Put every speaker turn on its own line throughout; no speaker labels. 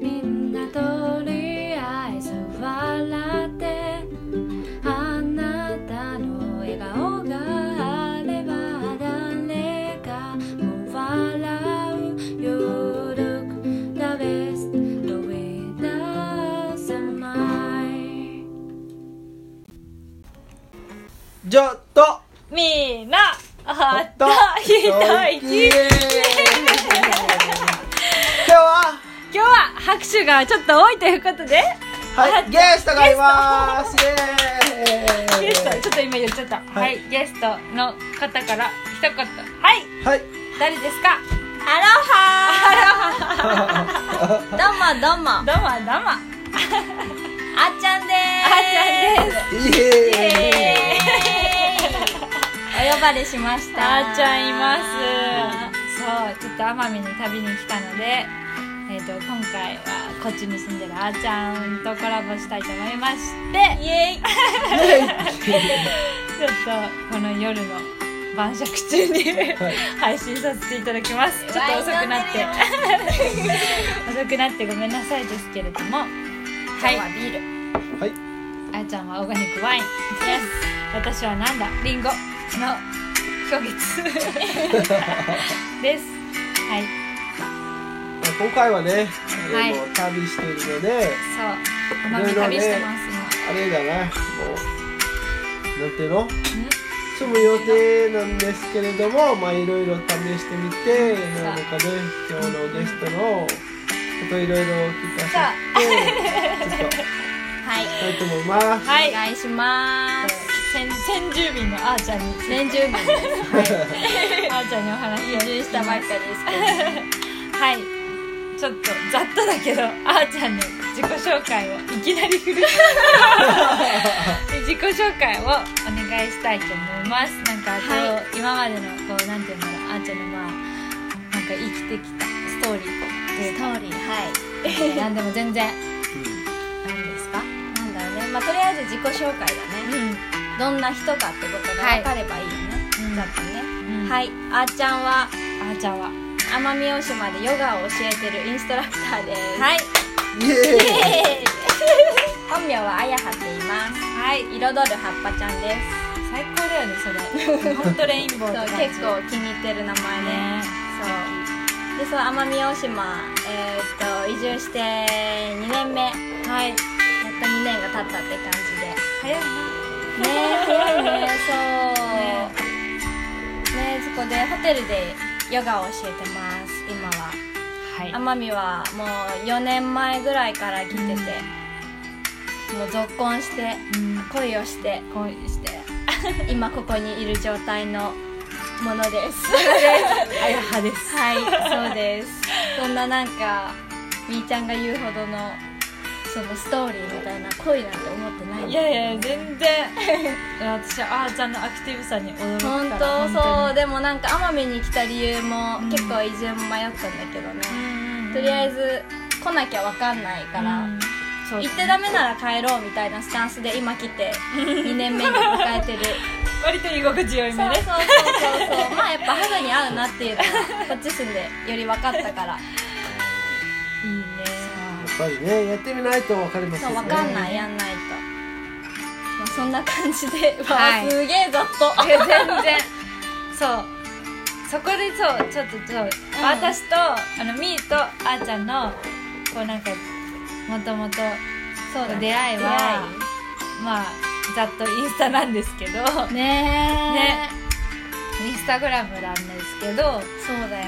みんなとりあえず笑ってあなたの笑顔があれば誰かも笑うよ Look the best the way doesn't mind
じゃと
みんなあったひたい
イエーイ
き
今日は
今日は拍手がちょっと多いということで
はいゲストがいますイエーイ
ゲストちょっと今言っちゃったはいいゲストの方から一言はい
はい
誰ですか
アロハーどうもどうも
どうもどうもあっ
あっちゃんで
ちゃんです
イエーイ
すお呼ばれしました
あーちゃんいますそうちょっと奄美に旅に来たので、えー、と今回はこっちに住んでるあーちゃんとコラボしたいと思いまして
イエイ
ちょっとこの夜の晩酌中に配信させていただきますちょっと遅くなって
ワイン飲ん
遅くなってごめんなさいですけれどもはい
今日はビール
はい
あーちゃんはオーガニックワインです私はなんだリンゴの氷 月ですはい
今回はね、
はい
もう旅してるので
そう奄美旅してます、
あれだなもうなんていうの住む予定なんですけれどもまあいろいろ試してみてなんかね今日のゲストのこといろいろ聞かせてちょっと
はい
したいと思います
今は
お
い
願いします
先先住民のあーちゃんに
先 住民です
あーちゃんにお話を
移住したばっかで す
はいちょっとざっとだけどあーちゃんの自己紹介をいきなり振 る自己紹介をお願いしたいと思いますなんかこう、
は
今までのこうなんていうんだろうあーちゃんのまあなんか生きてきたストーリーと
け
いう
どスト
か
ーリーはい
何でも全然何ですか
なんだろうねまあとりあえず自己紹介だ
う
ね
ん
どんな人かってことが分かればいいよね
うん
だってね
うん
はいあっちゃん
あ
は
ーちゃんは
奄美大島でヨガを教えてるインストラクターです
はい
イエーイ
本名はあやはって言います
はい
彩る葉っぱちゃんです
最高だよね それ本当レインボー
そう
って感じ
結構気に入ってる名前ね
ね
そうでそう奄美大島、えーっと移住して2年目やっ
はい
と2年が経ったって感じ で
早いな
ね早いねそう
ね
ねそこでホテルでヨガを教えてます今は
はい
奄美はもう4年前ぐらいから来てて、もう続婚して
うん
恋をして
恋して
今ここにいる状態のもの です
あやはです
はい、そうです。そんななんか、みーちゃんが言うほどの、そのストーリーみたいな恋なんて思ってない。
いやいや全然いや私はあーちゃんのアクティブさに驚くから
本当そう、
で
でもなんか奄美に来た理由も、
うん
結構移住も迷ったんだけどね。とりあえず、来なきゃわかんないから、
そう
行ってダメなら帰ろうみたいなスタンスで今来 て、2年目に迎えてる。
割と居心地よい
そう
め
そ
ね
うそうそうそう。まあやっぱ肌に合うなっていうのは、こっち住んでより分かったから。
いいね
やっぱりねやってみないとわかりませ
そ
ん
う、
ね
わかんない、やんないと。まあ、そんな感じで、わあ
はい
すげえざっと。
いや全然 そうそこでそうちょっとそう、
うん
私とあのみーとあーちゃんのこうなんかもともと
そう
出会いはまあざっとインスタなんですけど
出会い。ね
インスタグラムなんですけど
え。そうだよ。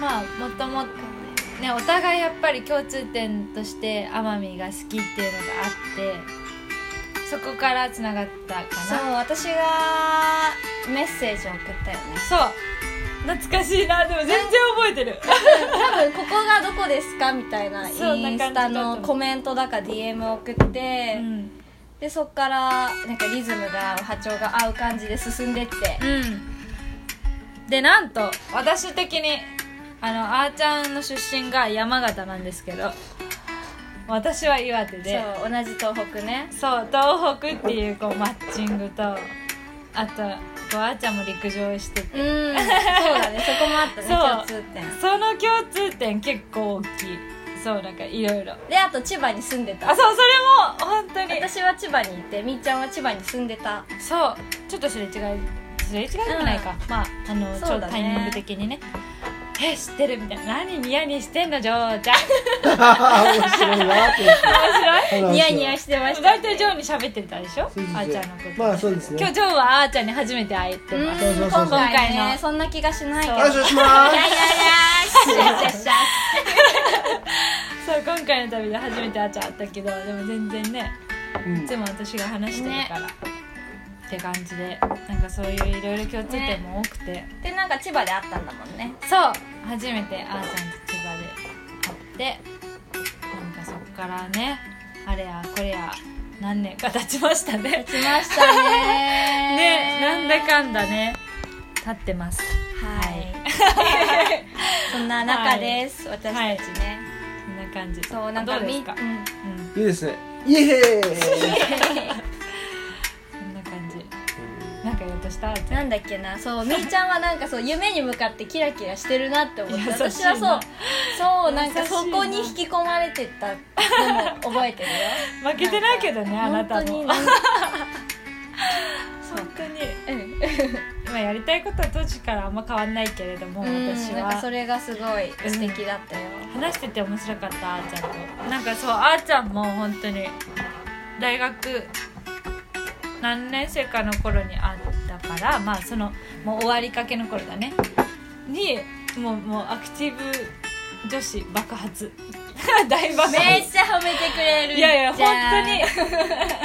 まあもともとねお互いやっぱり共通点として奄美が好きっていうのがあってそこからつながった
そ
かな
う、私がメッセージを送ったよね。
そう懐かしいなでも全然覚えてる
多分、ここがどこですかみたいな、イ
そう
ンスタのコメントだか DM 送って、
うん、
で、そっから、なんかリズムが、波長が合う感じで進んでって。
でなんと私的にあのあーちゃんの出身が山形なんですけど私は岩手で
そう、同じ東北ね。
そう東北っていうこうマッチングとあと構あーちゃんも陸上してて、
うんそうだねそこもあったね
そう
共通点
その共通点結構大きいそうなんかいろいろ
であと千葉に住んでた
あそうそれも本当に
私は千葉にいてみーちゃんは千葉に住んでた
そうちょっとすれ違いすれ違いでもないか、まああの、ち
そ
ょ
う
っ
だ
と
ね
タイミング的にね「え知ってる?」みたいな「何ニヤニヤしてんのジョーちゃん」
面白いなって 面白い
ニヤニヤしてました
大体ジョーに喋ってたでしょ
そうそうそう
あーちゃんのこと、
まあそうですね
今日ジョーはあーちゃんに初めて会えて
う
ます、
そ
ん
うそうそう
今回
今回の
ねそんな気がしないけど
感謝します
いやいやいやシャシャシャ
そう今回の旅で初めてあーちゃん会ったけどでも全然ね
うん
いつも私が話してるから、って感じでなんかそういういろいろ共通点も多くて、
でなんか千葉で会ったんだもんね
そう初めてあーちゃんと千葉で会ってなんかそこからねあれやこれや何年か経ちましたね
来ましたね
ねなんだかんだね経ってます
はい そんな中です、私たちね、
そんな感じ
そうなん
ど
か
うです
み
か、
うん
うん
いいですねイエーイ
そんな感じなんか言おうとしたあーちゃん
なんだっけなそうみーちゃんはなんかそう夢に向かってキラキラしてるなって思って
優しいな
私はそうそうなんか
優しい
そ
な
こに引き込まれてったのも覚えてるよ
負けてないけどねあなんた
か
も
本当に
本
なんか
当に
うん
今やりたいことは当時からあんま変わんないけれども私
うんなんかそ
は
れがすごい素敵だったよ、
話してて面白かったあーちゃんとなんかそうあーちゃんも本当に大学何年生かの頃に会ったからまあそのもう終わりかけの頃だねにもうもうアクティブ女子爆発 大爆発
めっちゃ褒めてくれる
いやいや
じゃあ
本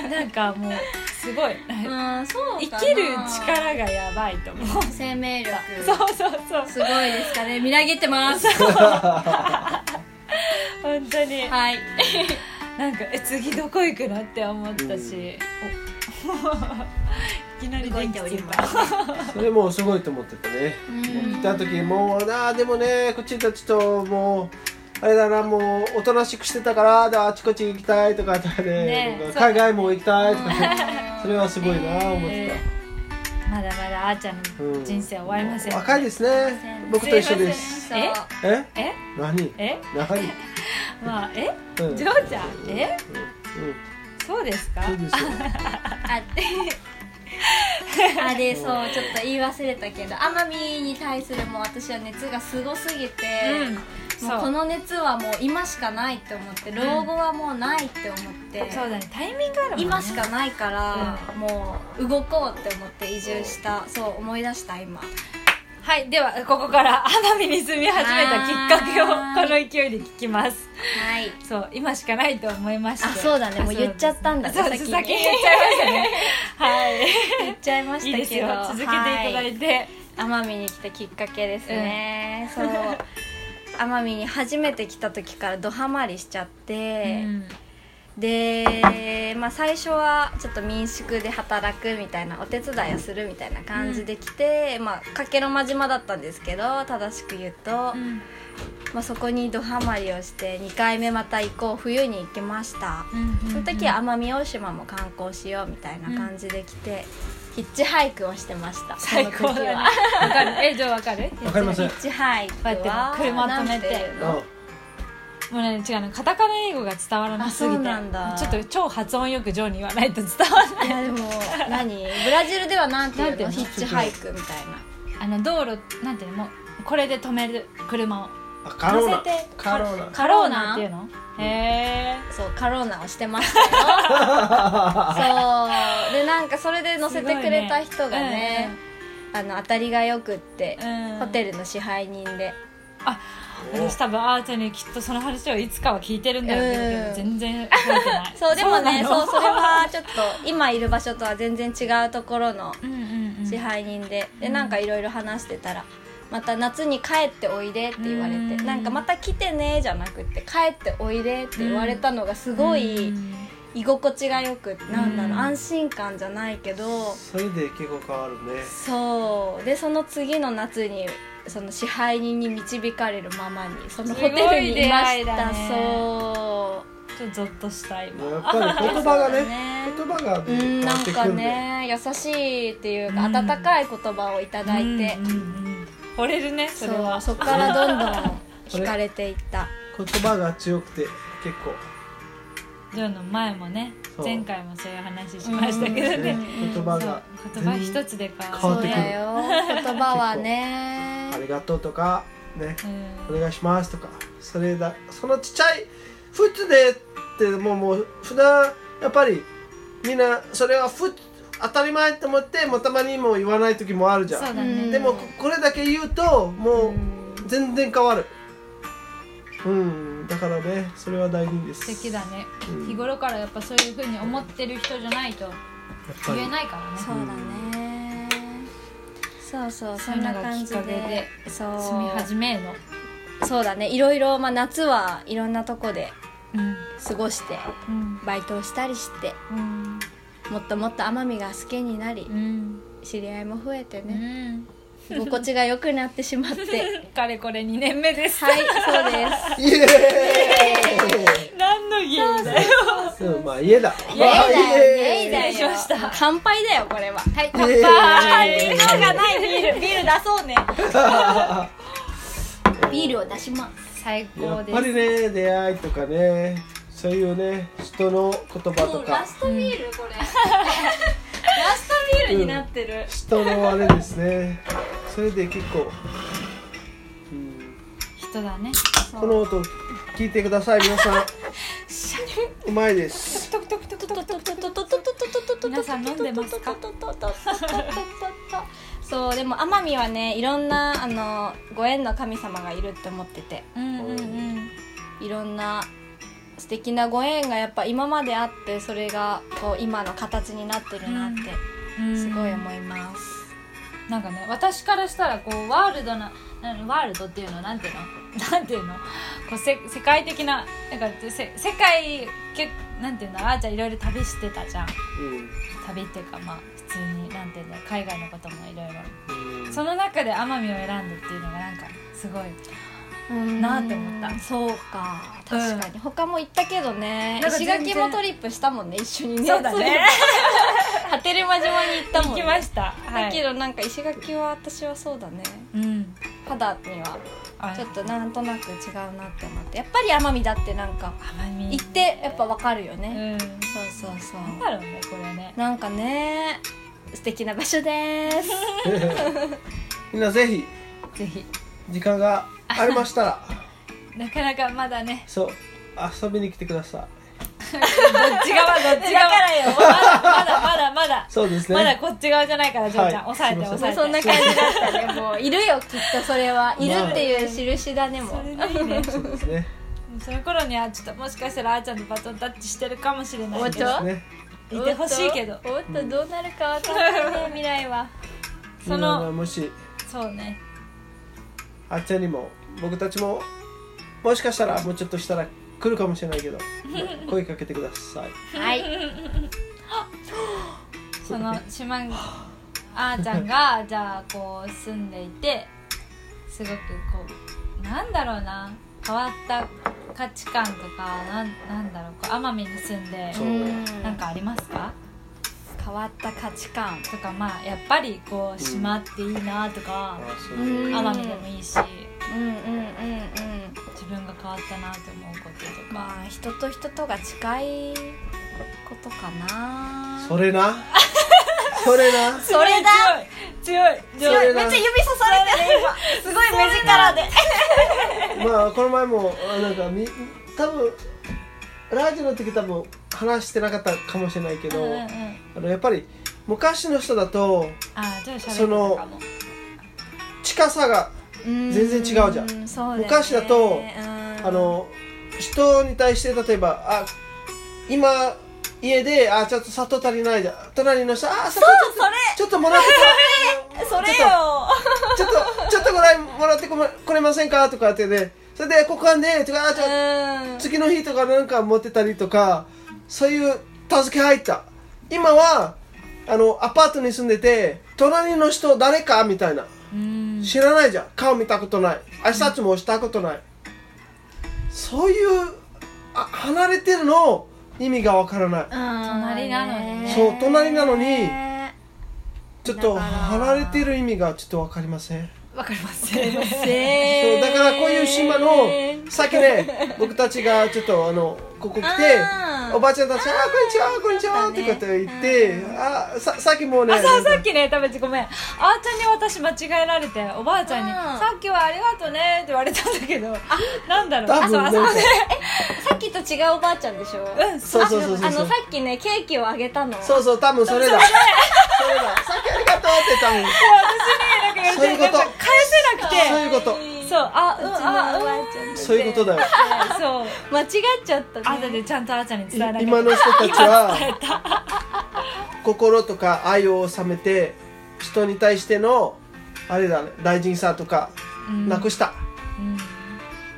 当に なんかもうすごい
うんそう
生
かな
きる力がやばいと思う
生命力
そうそうそう
すごいですかねみなげてます
本当に
はい
なんかえ次どこ行くのって思 ったし、おいきなり電気ついた
それもうすごいと思ってたね
うん
来た時もうなあでもねこっちだとちょっともうあれだなもうおとなしくしてたからであちこち行きたいとかあったね
ね
なんか
そう
海外も行きたいとかそれはすごいなあ思って
ねまだまだあーちゃん
う
の
ん
人生終わりません、
た若いですね僕と一緒です
そう
え
え
え
何
え
何
まあえ
うん
ジョーちゃんえ
うん
そうですか
そうですよ
ああれそうちょっと言い忘れたけど奄美に対するもう私は熱がすごすぎて、
うん
も
そ
うこ
う
の熱はもう今しかないって思って老後はもうないって思って、
そうだねタイミングあるもんね
今しかないから、もう動こうって思って移住したそう思い出した今
はいではここから奄美に住み始めたきっかけを
はーい
この勢いで聞きます
はい
そう今しかないと思いまして
あそうだねもう言っちゃったんだね
そうです
先
先
に
に言っちゃいましたねはい
言っちゃいま し
い
たけ
い
ど
ですよ続けていただいて、
奄美に来たきっかけですね、そう奄美に初めて来た時からドハマりしちゃって、
うん
で、まあ、最初はちょっと民宿で働くみたいなお手伝いをするみたいな感じで来て、まあ、かけろま島だったんですけど正しく言うと、
うん
まあ、そこにドハマりをして2回目また行こう冬に行きましたそ
そ
の時は奄美大島も観光しようみたいな感じで来て、ヒッチハイクをしてました
最高だ
その時
ね
は
わかるえじゃあわかる
わかりません
ヒッチハイクは
こうやって車止めて
なんいうの
あ
もうね違うのカタカナ英語が伝わらなすぎ
あそ
て
うなんだ
ちょっと超発音よくジョーに言わないと伝わんない
いやでも何ブラジルではなんて
なん
い
て
う
いう
の
の
ヒッチハイクみたいな
あの道路なんていうのもうこれで止める車を
あカローナ
乗せて
カローナ
カローナっていうのへえ
そうカローナをしてま したよそうでなんかそれで乗せてくれた人がねあの当たりがよくって、ホテ
ル
ルの支配人で
私多分アーチャにきっとその話をいつかは聞いてるんだろうけど、
うん
でも全然覚えてない
そうでもねそう
なの
それはちょっと今いる場所とは全然違うところの
うんうんうん
支配人で、でなんかいろいろ話してたら「また夏に帰っておいで」って言われて「
うん
なんかまた来てね」じゃなくて「帰っておいで」って言われたのがすごい
うん
居心地がよくってなんだろ
う
うん安心感じゃないけど
それで結構変わるね
そうでその次の夏にその支配人に導かれるままにその
す
ホ
ご
テ
い
ルにいま
出会い
し
だ
た
ね
そう
ちょっとゾッとした今
やっぱり言葉がね
そうだね
言葉が
う
ね
ん
変わ
な
っ
ん
てく
か
るんで、
ね優しいっていうか
うん
温かい言葉をいただいて
うんうんうん惚れるねそ
そ
れは
うそっからどんどん惹かれていった
言葉が強くて結構
ジョーの前もね
そう
前回もそういう話しましたけど
ね
ね
言
そ
葉
う
が
言葉一つで変
変
わ
わって
そう
る
くる
だよ言葉はね
ありがとうとかね
うん
お願いしますとかそれだそのちっちゃい「ふつで」ってもうもう普段やっぱりみんなそれはふ当たり前って思ってもうたまにも言わない時もあるじ
そう
ゃ
だ
ん
うん
ね
でもここれだけ言うとも
う
うん全然変わるうんだからねそれは大事です
素敵だね
うん
日頃からやっぱそういうふうに思ってる人じゃないと
やっぱり
言えないからね
そうだねそうそう
そ
そ
ん
ん
な
な
感
感
じ
じ
で
でそう
住み始めの
そうだねいろいろ、まあ、夏はいろんなとこで
うん
過ごして
うん
バイトをしたりして
うん
もっともっと奄美が好きになり
うん
知り合いも増えて
う
ね
ん
居心地が良くなってしまって
かれこれ2年目です
はいそうです
イエーイ
何の家だよ
うんまあ家だ
イエイだよ
イエーイ
イエイだよ
失礼しました
乾杯だよこれははい
乾杯
みんながないビールビール出そうねビールを出します
最
や
高
っ
で
ぱり
す
ね出会いとかねそういうね人の言葉とか
トビールこれラストビールになってる、
人のあれですねそれで結構、うん
人だね
この音聞いてください皆さんうまいです
トクトクトクトクトクトク皆さん飲んでますか
そうでも奄美はねいろんなあのご縁の神様がいるって思ってて
うんうんうん
いろんな素敵なご縁がやっぱ今まであってそれがこう今の形になってるなって
うん
すごい思います、
なんかね私からしたらこうワールドななワールドっていうの なんていうのなんていうのこうせ世界的ななんかせ世界けなんていうんだあーちゃんいろいろ旅してたじゃん
うん
旅っていうかまあ普通になんていうんだ海外のこともいろいろ
うん
その中で奄美を選んでっていうのがなんかすごい
うん
なあって思った
そうか確かに、他も行ったけどね
なんか
石
全然
垣もトリップしたもんね一緒にね
そうだね
波照間島に行ったもん、
行
ね、
きましたは
だけ
い
どなんか石垣は私はそうだね
うん
肌には
あ
ちょっとなんとなく違うなって思ってやっぱり奄美だってなんか
奄美
行ってやっぱ分かるよ
う
ね、
ん
そうそうそ
なん
う
だろうねこれね
なんかね素敵な場所です
みんなぜひ
ぜひ
時間がありましたら
なかなかまだね
そう遊びに来てくださ
ど っち側どっち側からよまだまだまだ
いそうですね
まだこっち側じゃないから、ジョーちゃん、
はい
抑えて
すいま
抑
せ
えて。
そんな感じだったねもういるよきっとそれはいるっていう印だねもう、
それでいいね。
そうですね
その頃には、ちょっともしかしたら、あーちゃんとバトンタッチしてるかもしれないけど。
おっ
ね
いてほしいけど
おっ。とおっとどうなるかわかんないね未来は
そ
みんな
の、
もし
そうね。
あっちゃんにも僕たちももしかしたらもうちょっとしたら来るかもしれない けど声かけてください
はい
その、島に、あーちゃんが、じゃあ、こう、住んでいて、すごく、こう、なんだろうな、変わった価値観とか、なんなんだろう、こう、奄美に住んで、
そう
なんかありますか
変わった価値観
とか、まあ、やっぱり、こう、島っていいなとか、
あそう
うん
奄美でもいいし。
うんうんうんうん
自分が変わったなと思うこととか、
まあ人と人とが近いことかな
そ れなそれな
それだ
強い強い
強い
めっちゃ指さされてる今すごい目力で
まあこの前もあなんかみ多分ラジオの時多分話してなかったかもしれないけど、
うんうんうん
あのやっぱり昔の人だと
あーじゃあ喋
その
るかも
近さが
全
全然違うじゃん
そうだよね
昔だと
うん
あの人に対して例えばあ今家であちょっと砂糖足りないじゃん隣の人あ砂糖ちょっとちょっともらって
それ
ちょっと
よ
ちょっとちょっとぐらいもらってこまこれませんかとかってねそれで交換でとかあちょっと
うん
次の日とかなんか持ってたりとかそういう助け入った今はあのアパートに住んでて隣の人誰かみたいな
うん
知らないじゃん顔見たことない挨拶もしたことないそういうあ離れてるの意味がわからない
隣なのにね
そう隣なのに
ね
ちょっと
だから
離れてる意味がちょっとわかりません
わかりますね
そうだからこういう島のさっきね僕たちがちょっとあのここ来て
あー
おばあちゃんたち「あーこんにちはこんにちは」ってこと言ってあささっきもうね
あささっきね、たぶんごめん、あーちゃんに私間違えられて、おばあちゃんに、
うん
さっきはありがとねって言われたんだけど、なんだろう、
多
あ、
分
そう、
な
あ
んか
そうね。
さっきと違うおばあちゃんでしょ
うん、
そうそうそうそう
あのさっきねケーキをあげたの
そうそう多分それだそれださっきありがとうって多分
私になんか言われて、
そういうこと
やっぱ返
そう
せ
い
な
う
く
こと
て、そう、あ、うん、
うちの
あ、
おばあちゃん
うん、
そういうことだよ
そう、
間違っちゃったね
あとでちゃんとあーちゃんに 伝えなきゃ
い今の人たち は心とか愛を収めて人に対してのあれだね大臣さとか
うん
なくした、
うん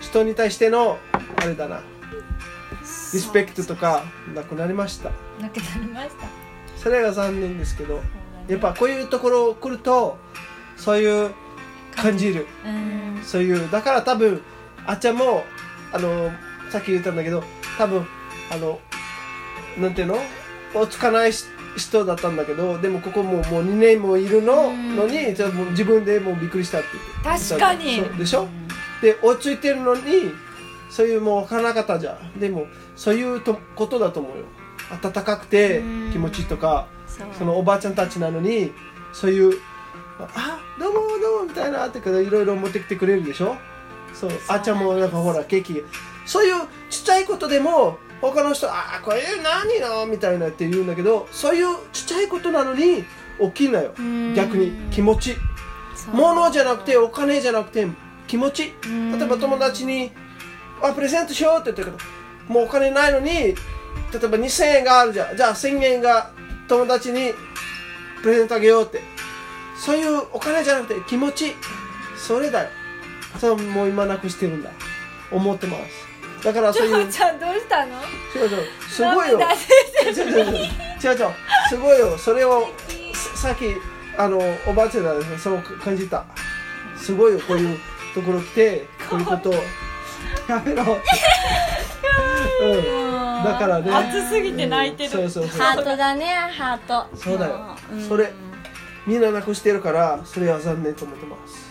人に対してのあれだなリスペクトとかなくなりました
なくなりました。
それが残念ですけどやっぱこういうところ来るとそういう感じる
うん、
そういうだから多分あっちゃんもあのさっき言ったんだけど多分あのなんていうの落ち着かないし人だったんだけどでもここもうもう2年もいるの
うん
のにちょっともう自分でもうびっくりしたって言って
確かに
そうでしょで落ち着いてるのにそういうもう分からなかったじゃんでもそういうとことだと思うよ温かくて
うん
気持ちいいとか
そう
そのおばあちゃんたちなのにそういう「あどうもどうも」みたいなってかいろいろ持ってきてくれるでしょそうあーちゃんもなんかほらケーキそういうちっちゃいことでも他の人「ああこれ何の?」みたいなって言うんだけどそういうちっちゃいことなのに大きいんだよ
うん
逆に気持ち
そう
物じゃなくてお金じゃなくて気持ち
うん
例えば友達に「あプレゼントしよう」って言ったけどもうお金ないのに例えば2000円があるじゃんじゃあ1000円が友達にプレゼントあげようってそういうお金じゃなくて気持ちそれだよそれをもう今なくしてるんだ思ってますだからそういう違う違う
ちゃんどうしたの
すごいよ
涙
違う違う違う違う違うすごいよそれをささっきあのおばあちゃんだねそう感じたすごいよこういうところ来てこういうことをや めろってうんだからね
熱すぎて泣いてる。
そうそうそう
ハートだねハート
そうだよ
ん
それみんななくしてるからそれは残念と思ってます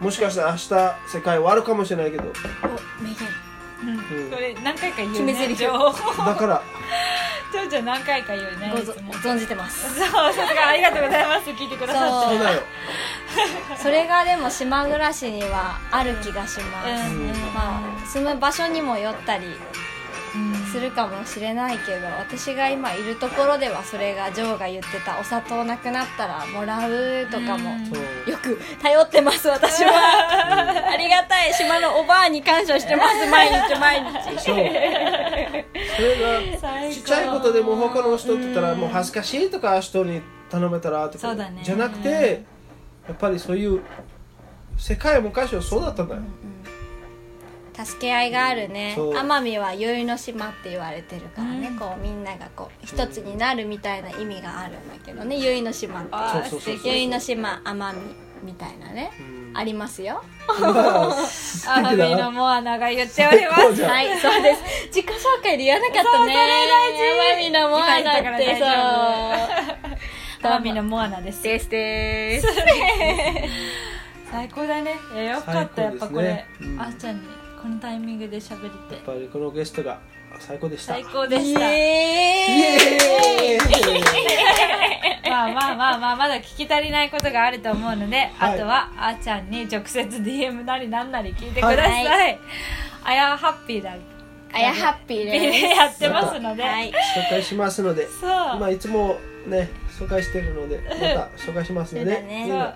もしかしたら明日世界終わるかもしれないけど
おめげる
うんこれ何回か言うね。
決め台詞
情報
だから
ちょうちゃん何回か言うね。
ご
い
ぞ
つも
存じてます
そう、さすがありがとうございます。聞いてくださっ
そうだよ
それがでも島暮らしにはある気がします、
うん
まあ住む場所にもよったり
て。うん
するかもしれないけど私が今いるところではそれがジョーが言ってたお砂糖なくなったらもらうとかも、
うん
そう
よく頼ってます私はありがたい島のおばあに感謝してます毎日毎 日
そうそれが
最高
ちっちゃいことでも他の人って言ったらもう恥ずかしいとか人に頼めたらとか
そうだね
じゃなくてやっぱりそういう世界昔はそうだったんだよ、
助け合いがあるね
そう
奄美は結の島って言われてるからね、
うん
こうみんながこう一つになるみたいな意味があるんだけどね結の島って
あー
そうそうそうそう
素敵
結の島奄美みたいなね、
うん
ありますよ
ア
だ
ラビーのモアナが言っております。
そうじゃん
はいそうです自己紹介で言わなかったね奄美のモアナって
次回だから
そう
アラビーのモアナです。
ですです
最高だね。えよかった、やっぱこれ
最高ですねう。ん
あーちゃんにこのタイミングで喋れ。
やってぱりこのゲストが最高でした
最高でし
イ
た。
イエーイ
まあまあまあまあ、まだ聞き足りないことがあると思うので、
はい
あとはあーちゃんに直接 DM なりなんなり聞いてください。
は
あやハッピーだ。
あやハッピーです
やってますので。
はい
紹介しますので
そう。
まあいつもね紹介してるのでまた紹介しますの
そう
で
だね
みん
そ
な
う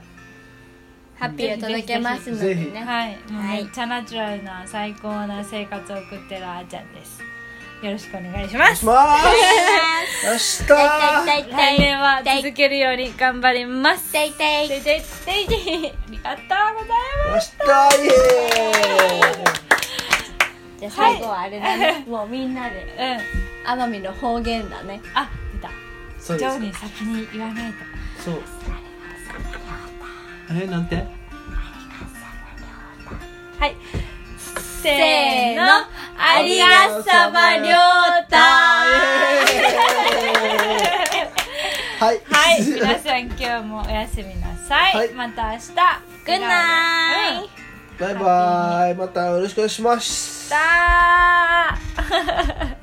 ハッピーを届けますの
ぜ
で
ひ
ね
はい、もう
は
め
い
っちゃナチュラルな最高な生活を送ってるあーちゃんです。よろしくお願いします。
まーす明日
大
来
体
年は続けるように頑張ります。
大体
ででででありがとうございま。
明日イエーイ
じゃあ最後はあれだね、もうみんなです奄美の方言だね
うん。あ、出た。
そう
ジ
で
ョー
す
に先に言わないと。
そうあれなんて
はい。せ
せ
ー
ー
の
の。
ありがさまりょうた
はい
はい、 皆さん今日もおやすみなさい。
はい
また明日。
グッナイ
うん
バイバイまたよろしくお願いします
だー